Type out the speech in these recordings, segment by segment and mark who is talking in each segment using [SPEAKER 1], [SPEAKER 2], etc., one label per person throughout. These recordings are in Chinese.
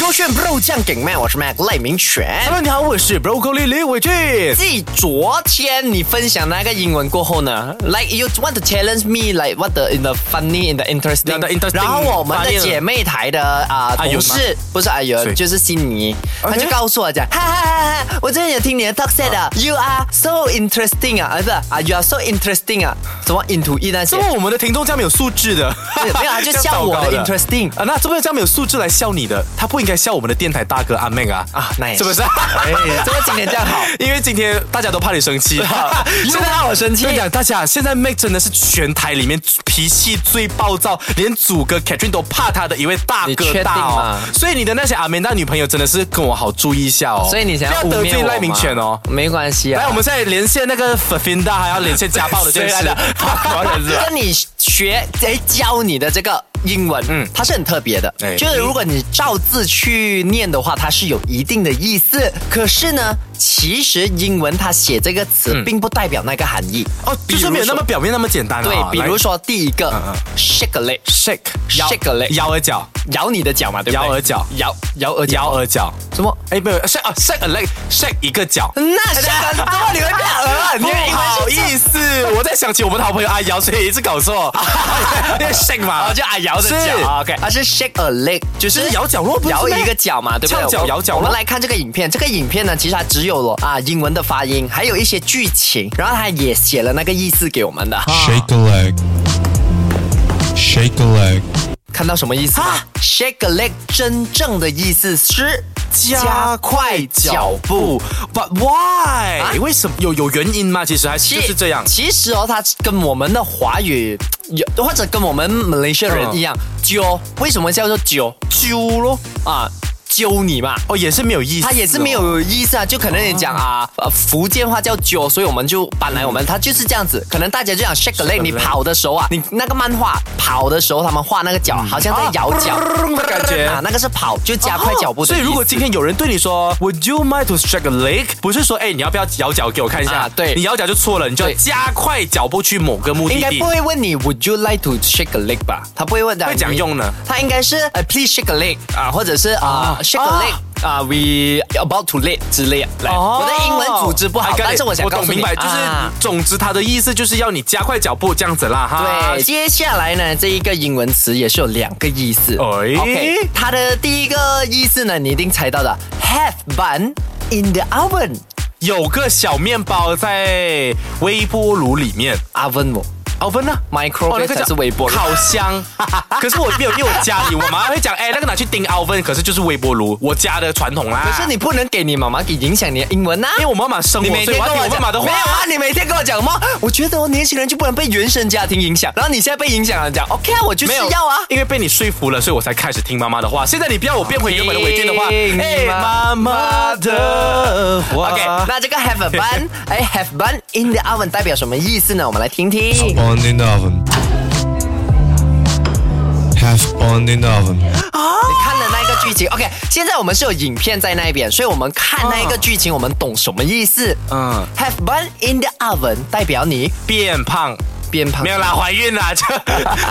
[SPEAKER 1] 勾选 Bro 酱顶麦，我是 Mac 赖明全。
[SPEAKER 2] 哎 Hello，你好，我是 Broccoli 李伟俊。
[SPEAKER 1] 继昨天你分享那个英文过后呢，like you want to challenge me like what the in the funny in the interesting，,
[SPEAKER 2] Yeah, the interesting
[SPEAKER 1] 然后我们
[SPEAKER 2] funny
[SPEAKER 1] 的
[SPEAKER 2] 了
[SPEAKER 1] 姐妹台的啊、
[SPEAKER 2] 阿
[SPEAKER 1] 同
[SPEAKER 2] 云
[SPEAKER 1] 事不是阿
[SPEAKER 2] 谁哎
[SPEAKER 1] 元，就是悉尼，她
[SPEAKER 2] OK
[SPEAKER 1] 就告诉我讲，哈哈哈哈，我真的有听你的 talk set 啊，you are so interesting 啊，啊不是啊，you are so interesting 啊，什么 into 一那些
[SPEAKER 2] 怎，么我们的听众这样没有素质的？
[SPEAKER 1] 没有没有 啊，就
[SPEAKER 2] 这样
[SPEAKER 1] 笑
[SPEAKER 2] 糟
[SPEAKER 1] 我
[SPEAKER 2] 糕
[SPEAKER 1] 的 interesting
[SPEAKER 2] 啊，那怎么这样没有素质来笑你的？他不应该笑我们的电台大哥阿妹啊
[SPEAKER 1] 啊，那也
[SPEAKER 2] 是不是？
[SPEAKER 1] 怎么今天这样好？
[SPEAKER 2] 因为今天大家都怕你生 气，
[SPEAKER 1] 哦又怕我生气啊
[SPEAKER 2] 我 跟你讲，大家现在 Mac 真的是全台里面脾气最暴躁，连祖哥 Catherine 都怕他的一位大
[SPEAKER 1] 你确
[SPEAKER 2] 哥
[SPEAKER 1] 定
[SPEAKER 2] 大哦
[SPEAKER 1] 吗。
[SPEAKER 2] 所以你的那些阿美娜女朋友真的是跟我好注意一下哦。
[SPEAKER 1] 所以你想
[SPEAKER 2] 不
[SPEAKER 1] 要
[SPEAKER 2] 要得
[SPEAKER 1] 污蔑
[SPEAKER 2] 罪
[SPEAKER 1] 我
[SPEAKER 2] 赖明
[SPEAKER 1] 吗
[SPEAKER 2] 犬哦。
[SPEAKER 1] 没关系啊，
[SPEAKER 2] 来，我们现在连线那个 Fafinda，还要连线家暴的这件事
[SPEAKER 1] 谁来的。
[SPEAKER 2] 好像 是啊
[SPEAKER 1] 跟你学谁教你的这个英文，嗯，它是很特别的，
[SPEAKER 2] 哎
[SPEAKER 1] 就是如果你照字去念的话，它是有一定的意思。可是呢，其实英文它写这个词并不代表那个含义。
[SPEAKER 2] 嗯哦，就是没有那么表面那么简单啊
[SPEAKER 1] 对，比如
[SPEAKER 2] 来
[SPEAKER 1] 说第一个
[SPEAKER 2] 嗯
[SPEAKER 1] shake a leg，
[SPEAKER 2] shake 摇
[SPEAKER 1] shake a leg
[SPEAKER 2] 摇耳角，
[SPEAKER 1] 摇你的脚嘛，对不对？
[SPEAKER 2] 摇耳角，
[SPEAKER 1] 摇摇耳角，
[SPEAKER 2] 摇耳角。
[SPEAKER 1] 什么？
[SPEAKER 2] 哎，没有 shake 啊 shake a leg shake 一个脚。
[SPEAKER 1] 那 是很 多你会变耳，啊你
[SPEAKER 2] 不
[SPEAKER 1] 的英文
[SPEAKER 2] 好
[SPEAKER 1] 是这
[SPEAKER 2] 意思，我在想起我们的好朋友阿瑶，所以一直搞错，因为 shake 嘛，
[SPEAKER 1] 哦，就啊摇着
[SPEAKER 2] 是
[SPEAKER 1] 脚啊，OK，它是 shake a leg，就是
[SPEAKER 2] 就是摇脚咯不是
[SPEAKER 1] 摇
[SPEAKER 2] 咩
[SPEAKER 1] 一个脚嘛，对不对？
[SPEAKER 2] 翘脚
[SPEAKER 1] 我
[SPEAKER 2] 摇脚咯
[SPEAKER 1] 我们来看这个影片，这个影片呢，其实它只有了啊英文的发音，还有一些剧情，然后它也写了那个意思给我们的。
[SPEAKER 3] Shake a leg. Shake a leg.
[SPEAKER 1] 看到什么意思吗
[SPEAKER 2] 啊
[SPEAKER 1] ？Shake a leg 真正的意思是
[SPEAKER 2] 加快脚步。But
[SPEAKER 1] 啊
[SPEAKER 2] why？为什么有有原因吗？其实还是
[SPEAKER 1] 其
[SPEAKER 2] 就是这样。
[SPEAKER 1] 其实哦，它跟我们的华语有，或者跟我们马来西亚
[SPEAKER 2] 嗯
[SPEAKER 1] 人一样，揪、为什么叫做揪
[SPEAKER 2] 揪咯，
[SPEAKER 1] 啊？揪你嘛，
[SPEAKER 2] 哦，也是没有意思、
[SPEAKER 1] 他也是没。有意思啊，就可能你讲啊，呃，福建话叫酒，所以我们就搬来我们，他就是这样子。可能大家就想 shake a leg，你跑的时候啊，你那个漫画跑的时候，他们画那个脚，好像在摇脚
[SPEAKER 2] 的嗯感觉
[SPEAKER 1] 啊，那个是跑，就加快脚步
[SPEAKER 2] 哦
[SPEAKER 1] 的意思。
[SPEAKER 2] 所以如果今天有人对你说 Would you mind to shake a leg？不是说哎、你要不要摇脚给我看一下？
[SPEAKER 1] 啊对
[SPEAKER 2] 你摇脚就错了，你就
[SPEAKER 1] 对
[SPEAKER 2] 加快脚步去某个目的
[SPEAKER 1] 应该
[SPEAKER 2] 地
[SPEAKER 1] 不。会问你 Would you like to shake a leg 吧？他不会问的，
[SPEAKER 2] 会讲用呢
[SPEAKER 1] 你他应该是呃 Please shake a leg 啊，或者是啊
[SPEAKER 2] 啊
[SPEAKER 1] shake a leg 啊 We about to late 之类的。来
[SPEAKER 2] 哦
[SPEAKER 1] 哎我的英文组织不好
[SPEAKER 2] I，got it，
[SPEAKER 1] 但是我想
[SPEAKER 2] 我
[SPEAKER 1] 告
[SPEAKER 2] 懂
[SPEAKER 1] 诉你，
[SPEAKER 2] 明白，就是、
[SPEAKER 1] 啊
[SPEAKER 2] 总之他的意思就是要你加快脚步这样子啦哈。哎
[SPEAKER 1] 对，，接下来呢，这一个英文词也是有两个意思。
[SPEAKER 2] 哎
[SPEAKER 1] OK，它的第一个意思呢，你一定猜到的，have bun in the oven。
[SPEAKER 2] 有个小面包在微波炉里面，
[SPEAKER 1] oven 哦
[SPEAKER 2] 哦，分呢？
[SPEAKER 1] ，microwave、才是微波炉。
[SPEAKER 2] 烤箱。 可是我没有，因为我家里我妈会讲，哎，那个拿去叮 oven，可是就是微波炉，我家的传统啦。
[SPEAKER 1] 可是你不能给你妈妈给影响你的英文呐、
[SPEAKER 2] 因为我妈妈生我，
[SPEAKER 1] 啊你
[SPEAKER 2] 所
[SPEAKER 1] 每
[SPEAKER 2] 以我要
[SPEAKER 1] 天跟
[SPEAKER 2] 听
[SPEAKER 1] 我
[SPEAKER 2] 我妈
[SPEAKER 1] 讲
[SPEAKER 2] 妈的话
[SPEAKER 1] 没。有啊？你每天跟我讲吗？我觉得我年轻人就不能被原生家庭影响，然后你现在被影响了，你讲 OK 啊，我就是
[SPEAKER 2] 没有
[SPEAKER 1] 要啊。
[SPEAKER 2] 因为被你说服了，所以我才开始听妈妈的话。现在你不要我变回原本的伟俊的话，
[SPEAKER 1] 听
[SPEAKER 2] 哎，妈妈的话。
[SPEAKER 1] OK，那这个 have a bun，哎，have bun in the oven 代表什么意思呢？我们来听听。
[SPEAKER 3] On in the oven. Have on in the oven.
[SPEAKER 1] 你看了那个剧情，OK，现在我们是有影片在那边，所以我们看那个剧情，我们懂什么意思。嗯
[SPEAKER 2] 嗯
[SPEAKER 1] ，Have bun in the oven 代表你
[SPEAKER 2] 变胖。
[SPEAKER 1] 变胖
[SPEAKER 2] 没。有啦，怀孕啦，就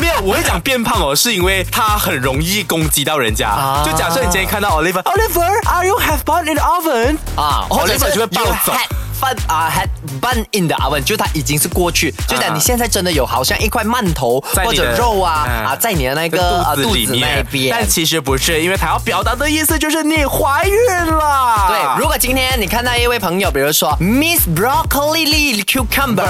[SPEAKER 2] 没有。我会讲变胖哦，是因为它很容易攻击到人家。就假设你今天看到 Oliver，Oliver，Are you have bun in the oven？
[SPEAKER 1] 啊，
[SPEAKER 2] 哦
[SPEAKER 1] 或者
[SPEAKER 2] 那
[SPEAKER 1] 是
[SPEAKER 2] 本就会暴
[SPEAKER 1] you
[SPEAKER 2] 走
[SPEAKER 1] had Fun 啊、h a d bun in the oven，就它已经是过去，就讲
[SPEAKER 2] 啊
[SPEAKER 1] 你现在真的有好像一块馒头
[SPEAKER 2] 在
[SPEAKER 1] 或
[SPEAKER 2] 你的
[SPEAKER 1] 者肉啊
[SPEAKER 2] 嗯
[SPEAKER 1] 啊，在你的那个啊
[SPEAKER 2] 肚子里
[SPEAKER 1] 那
[SPEAKER 2] 面，
[SPEAKER 1] 边。
[SPEAKER 2] 但其实不是，因为他要表达的意思就是你怀孕啦。
[SPEAKER 1] 对，如果今天你看到一位朋友，比如说 Miss Broccoli Lee Cucumber，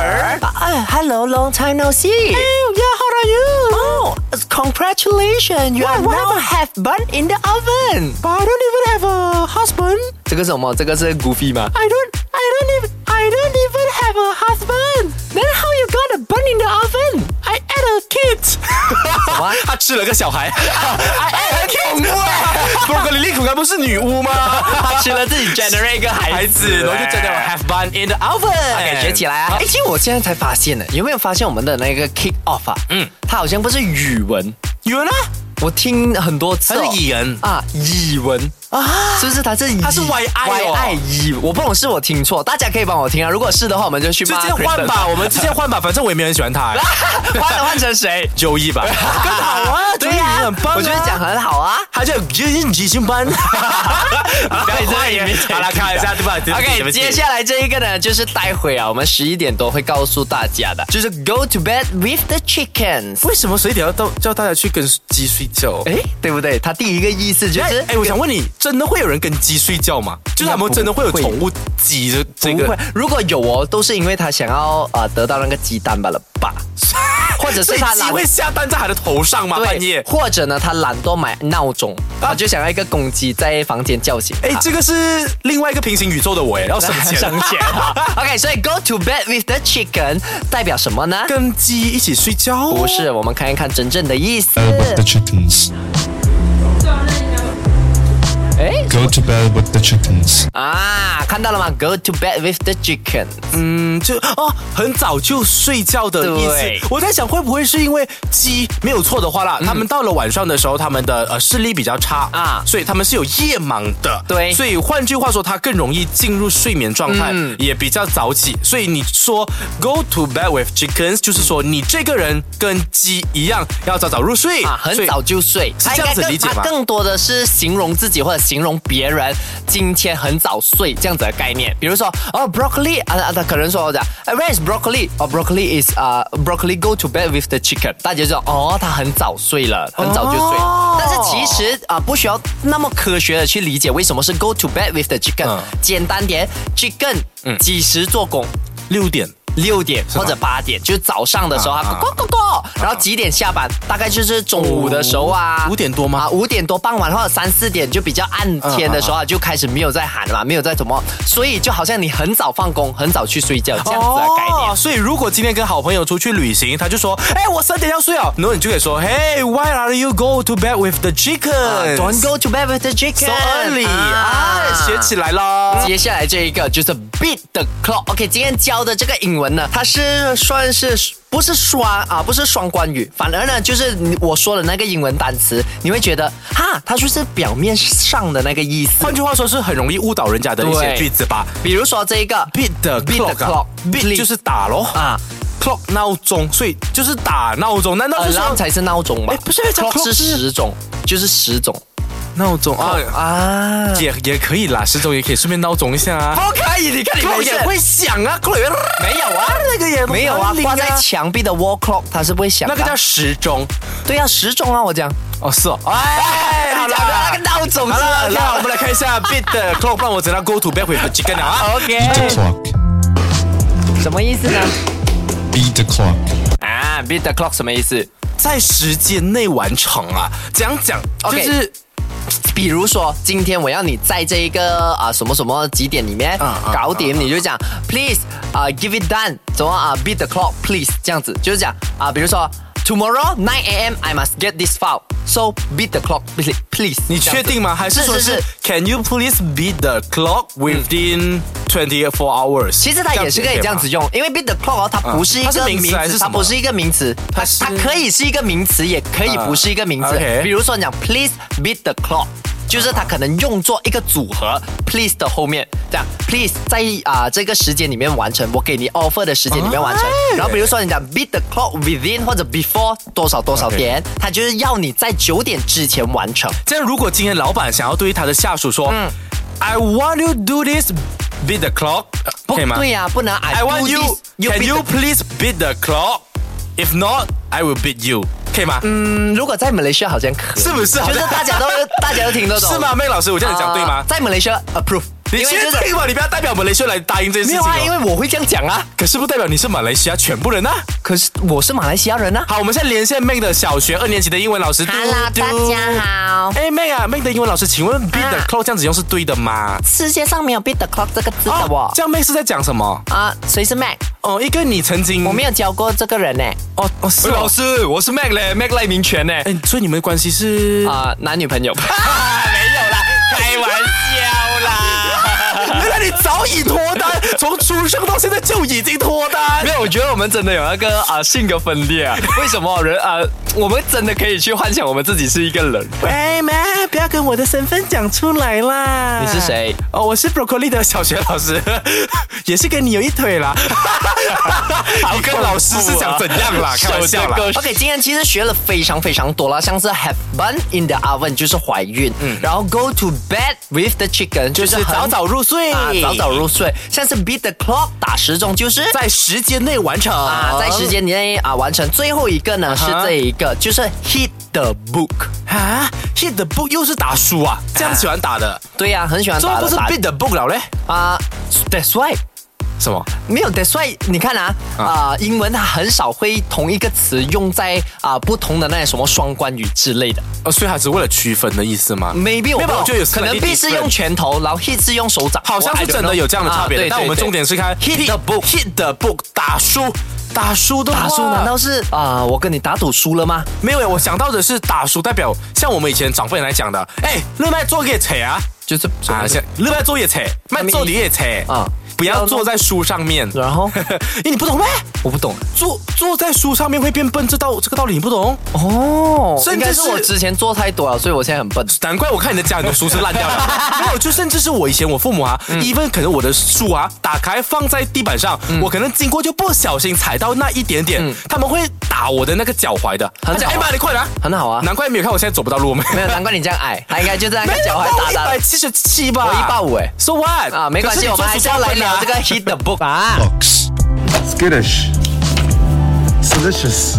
[SPEAKER 1] 哎，Hello long time no see。Hey, yeah, how are you? Oh, congratulations, you are now have bun in the oven. But I don't even have a husband. 这个是什么？这个是 Goofy 吗？I don't, I don't even, I don't even have a husband. Then how you got a bun in the oven? I had a kid. 什么？
[SPEAKER 2] 他吃了个小孩，哎，很恐怖啊！不过李丽苦该不是女巫吗？
[SPEAKER 1] 他吃了自己 generate 一个
[SPEAKER 2] 孩
[SPEAKER 1] 孩子，
[SPEAKER 2] 子，然后就真的有 have bun in the oven，
[SPEAKER 1] OK，学起来啊！哎，其实我现在才发现呢，有没有发现我们的那个 kick off 啊？嗯，它好像不是语文，
[SPEAKER 2] 语文啊，
[SPEAKER 1] 我听很多次、
[SPEAKER 2] 它是蚁人
[SPEAKER 1] 啊，语文是不是他是
[SPEAKER 2] 他是 Y I 哦
[SPEAKER 1] Y I 一，我不懂是我听错，大家可以帮我听啊。如果是的话，我们就去
[SPEAKER 2] 直
[SPEAKER 1] 骂
[SPEAKER 2] 接换
[SPEAKER 1] Kristen
[SPEAKER 2] 吧，我们直接换吧，反正我也没有很喜欢他、
[SPEAKER 1] 换了换成 谁？
[SPEAKER 2] 周一吧，更好啊，周
[SPEAKER 1] 对
[SPEAKER 2] 一
[SPEAKER 1] 呀、
[SPEAKER 2] 很棒、
[SPEAKER 1] 我觉得讲。很好啊。
[SPEAKER 2] 他叫军集训班，不
[SPEAKER 1] 要一直在里面
[SPEAKER 2] 好了，开玩笑对吧对不起对不
[SPEAKER 1] OK，
[SPEAKER 2] 起
[SPEAKER 1] 接下来这一个呢，就是待会啊，我们十一点多会告诉大家的，就是 Go to bed with the chickens。
[SPEAKER 2] 为什么水饺要到叫大家去跟鸡睡觉？
[SPEAKER 1] 哎，对不对？它第一个意思就
[SPEAKER 2] 哎
[SPEAKER 1] 是，
[SPEAKER 2] 哎，我想问你，真的会有人跟鸡睡觉吗？就是他们真的会有宠物鸡的这
[SPEAKER 1] 不
[SPEAKER 2] 个
[SPEAKER 1] 会？，如果有哦，都是因为他想要啊、呃得到那个鸡蛋吧了 吧，或者
[SPEAKER 2] 所
[SPEAKER 1] 是
[SPEAKER 2] 以
[SPEAKER 1] 他
[SPEAKER 2] 鸡
[SPEAKER 1] 懒
[SPEAKER 2] 会下蛋在他的头上吗？半夜
[SPEAKER 1] 对，？或者呢他懒惰买闹钟，他就想要一个公鸡在房间叫醒他。
[SPEAKER 2] 哎，这个是另外一个平行宇宙的我哎，要省钱。
[SPEAKER 1] 啊 省钱 啊 OK，所以 go to bed with the chicken 代表什么呢？
[SPEAKER 2] 跟鸡一起睡觉？
[SPEAKER 1] 不是，我们看一看真正的意思。
[SPEAKER 3] with the chickens.
[SPEAKER 1] 哎
[SPEAKER 3] Go to bed with the chickens.
[SPEAKER 1] 啊，看到了吗？Go to bed with the chicken。
[SPEAKER 2] 嗯，就哦，很早就睡觉的意
[SPEAKER 1] 对嗯
[SPEAKER 2] 思。我在想，会不会是因为鸡没有错的话啦，他们到了晚上的时候，他们的呃视力比较差
[SPEAKER 1] 啊
[SPEAKER 2] 啊，所以他们是有夜盲的。
[SPEAKER 1] 对
[SPEAKER 2] 所以换句话说，它更容易进入睡眠状态，
[SPEAKER 1] 嗯
[SPEAKER 2] 也比较早起。所以你说 go to bed with chickens，就是说你这个人跟鸡一样，要早早入睡
[SPEAKER 1] 啊，很
[SPEAKER 2] 所以
[SPEAKER 1] 早就睡，
[SPEAKER 2] 是这样子理解吗
[SPEAKER 1] 他更多的是形容自己或者形容别人今天很早睡这样子的概念。比如说，哦，broccoli 啊啊，他可能说我讲哎，where is broccoli？哦，broccoli is 啊、broccoli go to bed with the chicken。大家就说哦，他很早睡了，很早就睡。
[SPEAKER 2] 哦
[SPEAKER 1] 但是其实啊、不需要那么科学的去理解为什么是 go to bed with the chicken。
[SPEAKER 2] 嗯
[SPEAKER 1] 简单点，chicken 几时做工？
[SPEAKER 2] 六点。
[SPEAKER 1] 六点
[SPEAKER 2] 吗
[SPEAKER 1] 或者八点，就是早上的时候，它
[SPEAKER 2] 啊啊
[SPEAKER 1] 咕咕咕咕，然后几点下班？大概就是中午的时候啊，
[SPEAKER 2] 哦五点多吗
[SPEAKER 1] 啊，五点多傍晚或者三四点就比较暗天的时候啊，就开始没有在喊了嘛，没有在怎么，所以就好像你很早放工，很早去睡觉这样子的概念。
[SPEAKER 2] 哦。所以如果今天跟好朋友出去旅行，他就说：“哎、我三点要睡哦。”然后你就可以说：“Hey, why are you go to bed with the chicken?、
[SPEAKER 1] 啊 Don't go to bed with the chicken.
[SPEAKER 2] so early 啊学起来
[SPEAKER 1] 嗯
[SPEAKER 2] 啦。
[SPEAKER 1] 接下来这一个就是 beat the clock。OK，今天教的这个英文呢，它是算是不是双啊，不是双关语，反而呢就是你我说的那个英文单词，你会觉得哈，它就是表面上的那个意思。
[SPEAKER 2] 换句话说，是很容易误导人家的一些
[SPEAKER 1] 对
[SPEAKER 2] 句子吧。
[SPEAKER 1] 比如说这一个
[SPEAKER 2] Beat the
[SPEAKER 1] Beat the
[SPEAKER 2] clock，啊
[SPEAKER 1] clock，
[SPEAKER 2] beat 就是打咯
[SPEAKER 1] 啊
[SPEAKER 2] ，clock 闹钟，所以就是打闹钟。难道是
[SPEAKER 1] alarm
[SPEAKER 2] 说
[SPEAKER 1] 才是闹钟吧？
[SPEAKER 2] 哎不是那叫
[SPEAKER 1] clock
[SPEAKER 2] clock
[SPEAKER 1] 是
[SPEAKER 2] 是
[SPEAKER 1] 时钟，就是时钟
[SPEAKER 2] 闹钟啊？
[SPEAKER 1] 啊。
[SPEAKER 2] 也也可以啦，时钟也可以顺便闹钟一下啊。
[SPEAKER 1] 不可以，你看你
[SPEAKER 2] clock
[SPEAKER 1] 没事
[SPEAKER 2] 也会响啊，clock 也
[SPEAKER 1] 没有啊？
[SPEAKER 2] 那个也
[SPEAKER 1] 没有啊
[SPEAKER 2] 很，灵
[SPEAKER 1] 挂在墙壁的 wall clock 它是不会响的
[SPEAKER 2] 那
[SPEAKER 1] 啊。
[SPEAKER 2] 个叫时钟
[SPEAKER 1] 对啊，时钟啊，我讲。
[SPEAKER 2] 哦，是哦，哎，好
[SPEAKER 1] 你
[SPEAKER 2] 啦
[SPEAKER 1] 讲的啊那个 闹钟
[SPEAKER 2] 好
[SPEAKER 1] 是吧
[SPEAKER 2] 了，那我们来看一下 Bit 的 Clock，不然我只能 Go to Bed with Chicken 了啊。
[SPEAKER 3] Beat the
[SPEAKER 1] OK，
[SPEAKER 3] clock.
[SPEAKER 1] 什么意思呢？
[SPEAKER 3] Beat the clock.
[SPEAKER 1] 啊，beat the clock 什么意思？
[SPEAKER 2] 在时间内完成啊，讲讲就
[SPEAKER 1] OK
[SPEAKER 2] 是
[SPEAKER 1] 比如说，今天我要你在这一个啊、什么什么几点里面
[SPEAKER 2] 嗯嗯
[SPEAKER 1] 搞点，你就讲 please 啊、give it done，怎么啊、beat the clock please 这样子，就是讲啊、比如说 tomorrow 9 a.m. I must get this file，so beat the clock please please。
[SPEAKER 2] 你确定吗？还是说
[SPEAKER 1] 是是
[SPEAKER 2] 是 Can you please beat the clock within twenty four hours？
[SPEAKER 1] 其实它也是可以这样子用，因为 beat the clock 哦它不是一
[SPEAKER 2] 嗯它
[SPEAKER 1] 个
[SPEAKER 2] 是名词
[SPEAKER 1] 名
[SPEAKER 2] 还
[SPEAKER 1] 词，
[SPEAKER 2] 是
[SPEAKER 1] 它
[SPEAKER 2] 什么
[SPEAKER 1] 不是一个名词，它
[SPEAKER 2] 它是
[SPEAKER 1] 它可以是一个名词，也可以不是一个名词
[SPEAKER 2] 嗯。，OK
[SPEAKER 1] 比如说你讲 please beat the clock，就是它可能用作一个组合，please 的后面这样，please 在啊、这个时间里面完成，我给你 offer 的时间里面完成。
[SPEAKER 2] 哎
[SPEAKER 1] 然后比如说你讲 beat the clock within 或者 before 多少多少
[SPEAKER 2] OK
[SPEAKER 1] 点，它就是要你在九点之前完成。
[SPEAKER 2] 这样，如果今天老板想要对他的下属说，I
[SPEAKER 1] 嗯
[SPEAKER 2] want you do this beat the clock，
[SPEAKER 1] 呃不
[SPEAKER 2] 可以吗？
[SPEAKER 1] 对呀、不能 I
[SPEAKER 2] I want
[SPEAKER 1] do
[SPEAKER 2] you.
[SPEAKER 1] this,
[SPEAKER 2] Can
[SPEAKER 1] beat
[SPEAKER 2] you
[SPEAKER 1] the-
[SPEAKER 2] please beat the clock? If not, I will beat you. 可以吗？
[SPEAKER 1] 嗯如果在马来西亚好像可以，
[SPEAKER 2] 是不是好
[SPEAKER 1] 就
[SPEAKER 2] 像
[SPEAKER 1] 是大家都大家都听得 懂，
[SPEAKER 2] 是吗，妹老师？我这样讲对吗
[SPEAKER 1] 呃？在马来西亚 approve，
[SPEAKER 2] 你
[SPEAKER 1] 因为
[SPEAKER 2] 确
[SPEAKER 1] 就是
[SPEAKER 2] 定吗？你不要代表马来西亚来答应这件事
[SPEAKER 1] 没
[SPEAKER 2] 情
[SPEAKER 1] 有
[SPEAKER 2] 哦。
[SPEAKER 1] 啊，因为我会这样讲啊。
[SPEAKER 2] 可是不代表你是马来西亚全部人啊。
[SPEAKER 1] 可是我是马来西亚人啊。
[SPEAKER 2] 好，我们现在连线妹的小学二年级的英文老师。
[SPEAKER 4] Hello，
[SPEAKER 2] 嘟
[SPEAKER 4] 大。家好。
[SPEAKER 2] 哎，妹啊，妹的英文老师，请问 beat the
[SPEAKER 4] 啊
[SPEAKER 2] clock 这样子用是对的吗？
[SPEAKER 4] 世界上没有 beat the clock 这个字的我
[SPEAKER 2] 哦这样妹是在讲什么？
[SPEAKER 4] 啊，谁是 Mac？
[SPEAKER 2] 哦，一个你曾经
[SPEAKER 4] 我没有教过这个人呢。
[SPEAKER 2] 哦哦是哦
[SPEAKER 1] 师，我是 Mac 嘞，Mac 赖明权嘞。
[SPEAKER 2] 哎，所以你们的关系是
[SPEAKER 1] 啊，男女朋友。
[SPEAKER 2] 没有啦，开玩笑啦。原来你早已脱单，从出生到现在就已经脱单
[SPEAKER 5] 没。有，我觉得我们真的有那个啊、性格分裂 啊。为什么人啊、我们真的可以去幻想我们自己是一个人？
[SPEAKER 2] 喂，妈，不要跟我的身份讲出来啦！
[SPEAKER 5] 你是谁？
[SPEAKER 2] 哦，我是 Broccoli 的小学老师， 也是跟你有一 腿啦。你跟老师是想怎样
[SPEAKER 5] 啊
[SPEAKER 2] 啦？开玩笑啦。
[SPEAKER 1] OK，今天其实学了非常非常多了，像是 have bun in the oven 就是怀孕，然后 go to bed with the chicken 就是
[SPEAKER 2] 嗯是
[SPEAKER 1] 很
[SPEAKER 2] 早早入睡，
[SPEAKER 1] 啊早早入睡，像是 beat the clock 打时钟就是
[SPEAKER 2] 在时间内完成
[SPEAKER 1] 啊在时间内啊完成。最后一个呢是
[SPEAKER 2] 啊哈
[SPEAKER 1] 这一个，就是 hit the book。
[SPEAKER 2] 啊，hit the book 又是打书啊，这样喜欢打的，
[SPEAKER 1] 对呀、很喜欢
[SPEAKER 2] 这
[SPEAKER 1] 打
[SPEAKER 2] 不是
[SPEAKER 1] 打
[SPEAKER 2] beat the book 了嘞？
[SPEAKER 1] 啊、t h a t s why
[SPEAKER 2] 什么？
[SPEAKER 1] 没有 That's why 你看啊啊、英文它很少会同一个词用在啊、不同的那什么双关语之类的。
[SPEAKER 2] 哦，所以他只为了区分的意思吗？
[SPEAKER 1] maybe 我
[SPEAKER 2] 没有吧我觉得有
[SPEAKER 1] 可能
[SPEAKER 2] slightly
[SPEAKER 1] B 是
[SPEAKER 2] different
[SPEAKER 1] 用拳头，然后 hit 是用手掌，
[SPEAKER 2] 好像是真的有这样的差
[SPEAKER 1] 啊
[SPEAKER 2] 别的，但我们重点是看
[SPEAKER 1] hit the book。
[SPEAKER 2] hit the book 打书，打书的话
[SPEAKER 1] 打输难道是啊、我跟你打赌输了吗？
[SPEAKER 2] 没有耶？我想到的是打书代表像我们以前长辈来讲的，哎，你卖做给扯啊
[SPEAKER 1] 就是
[SPEAKER 2] 啊，像你卖做也扯，卖做你也扯啊
[SPEAKER 1] 啊，
[SPEAKER 2] 不要坐在书上面。
[SPEAKER 1] 然后
[SPEAKER 2] 因为你不懂咩？
[SPEAKER 1] 我不懂
[SPEAKER 2] 坐坐在书上面会变笨，这道这个道理你不懂？
[SPEAKER 1] 哦，
[SPEAKER 2] 甚
[SPEAKER 1] 应
[SPEAKER 2] 至
[SPEAKER 1] 该是
[SPEAKER 2] 是
[SPEAKER 1] 我之前做太多了，所以我现在很笨。
[SPEAKER 2] 难怪我看你的家很多书是烂掉的， 没有，就甚至是我以前我父母啊、e
[SPEAKER 1] 嗯
[SPEAKER 2] v e n 可能我的书啊打开放在地板上，我可能经过就不小心踩到那一点点，他们会打我的那个脚踝的。他
[SPEAKER 1] 嗯很
[SPEAKER 2] 讲：“
[SPEAKER 1] 好
[SPEAKER 2] 哎
[SPEAKER 1] 啊
[SPEAKER 2] 妈，你快拿！”
[SPEAKER 1] 很好啊
[SPEAKER 2] 难怪没有看我现在走不到路 没。
[SPEAKER 1] 没有，难怪你这样矮，他应该就这样跟脚踝打
[SPEAKER 2] 一百
[SPEAKER 1] 打
[SPEAKER 2] 七十七吧，
[SPEAKER 1] 我185哎
[SPEAKER 2] ，so what
[SPEAKER 1] 啊，没关系，我们还是要来聊这个 hit the book 啊。
[SPEAKER 3] Box.
[SPEAKER 6] skittish, delicious,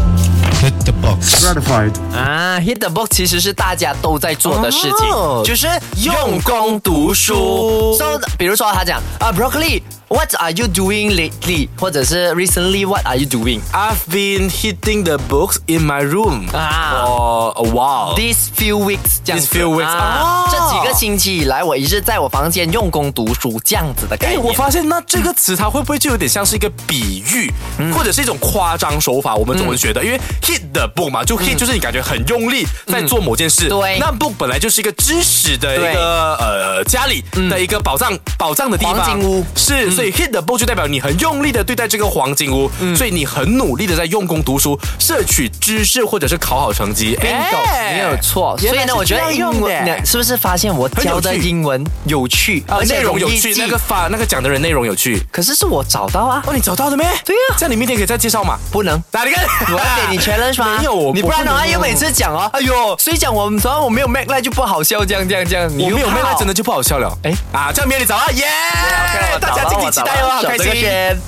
[SPEAKER 3] Hit the box.
[SPEAKER 6] gratified.
[SPEAKER 1] 啊，hit the book 其实是大家都在做的事情，
[SPEAKER 2] 哦
[SPEAKER 1] 就是
[SPEAKER 2] 用功读书
[SPEAKER 1] So，比如说他讲啊，broccoli，what are you doing lately？或者是 recently，what are you doing？
[SPEAKER 2] I've been hitting the books in my room
[SPEAKER 1] 啊
[SPEAKER 2] for a while。
[SPEAKER 1] These few weeks，这样子
[SPEAKER 2] These few weeks，哦
[SPEAKER 1] 这几个星期以来，我一直在我房间用功读书，这样子的概
[SPEAKER 2] 哎，
[SPEAKER 1] 念。
[SPEAKER 2] 我发现那这个词它会不会就有点像是一个比喻，
[SPEAKER 1] 嗯
[SPEAKER 2] 或者是一种夸张手法？我们怎么觉得？因为 hit the book 嘛，就 hit 就是你感觉很用力在做某件事。
[SPEAKER 1] 嗯对
[SPEAKER 2] 那 book 本来就是一个知识的一
[SPEAKER 1] 对
[SPEAKER 2] 个呃家里的一个宝藏宝藏的地方。
[SPEAKER 1] 嗯黄金屋嗯
[SPEAKER 2] 是，所以 hit the book 就代表你很用力的对待这个黄金屋，
[SPEAKER 1] 嗯
[SPEAKER 2] 所以你很努力的在用功读书，摄取知识或者是考好成绩。
[SPEAKER 1] bingo，
[SPEAKER 2] 哎
[SPEAKER 1] 没有错。
[SPEAKER 2] 原
[SPEAKER 1] 所
[SPEAKER 2] 来
[SPEAKER 1] 以
[SPEAKER 2] 是
[SPEAKER 1] 呢，我觉
[SPEAKER 2] 这
[SPEAKER 1] 得
[SPEAKER 2] 样
[SPEAKER 1] 英
[SPEAKER 2] 用的
[SPEAKER 1] 文呢，是不是发现我
[SPEAKER 2] 有
[SPEAKER 1] 教的
[SPEAKER 2] 趣
[SPEAKER 1] 英文有趣，
[SPEAKER 2] 啊
[SPEAKER 1] 而且
[SPEAKER 2] 内容有
[SPEAKER 1] 呃容易
[SPEAKER 2] 趣，
[SPEAKER 1] 记
[SPEAKER 2] 那个发那个讲的人内容有趣。
[SPEAKER 1] 可是是我找到啊，
[SPEAKER 2] 哦，你找到了没？
[SPEAKER 1] 对呀
[SPEAKER 2] 这样你明天可以再介绍嘛？
[SPEAKER 1] 不能。
[SPEAKER 2] 哪里看？
[SPEAKER 1] 我要给 你 challenge 吗？
[SPEAKER 2] 没有，我
[SPEAKER 1] 你不然的话，
[SPEAKER 2] 我
[SPEAKER 1] 又每次讲哦，哎呦，谁讲我们昨晚我没有 make 那就不好笑，这样这样这样，你
[SPEAKER 2] 我
[SPEAKER 1] 又
[SPEAKER 2] 没有
[SPEAKER 1] 怕
[SPEAKER 2] 妹，那
[SPEAKER 1] 哦
[SPEAKER 2] 真的就不好笑了。哎
[SPEAKER 1] 哎
[SPEAKER 2] 啊，这样明天你早啊，耶
[SPEAKER 1] OK，！我
[SPEAKER 2] 大家
[SPEAKER 1] 找到
[SPEAKER 2] 敬
[SPEAKER 1] 了
[SPEAKER 2] 请期待哦，
[SPEAKER 1] 我
[SPEAKER 2] 好
[SPEAKER 1] 找到
[SPEAKER 2] 开
[SPEAKER 1] 这个
[SPEAKER 2] 心。
[SPEAKER 1] 先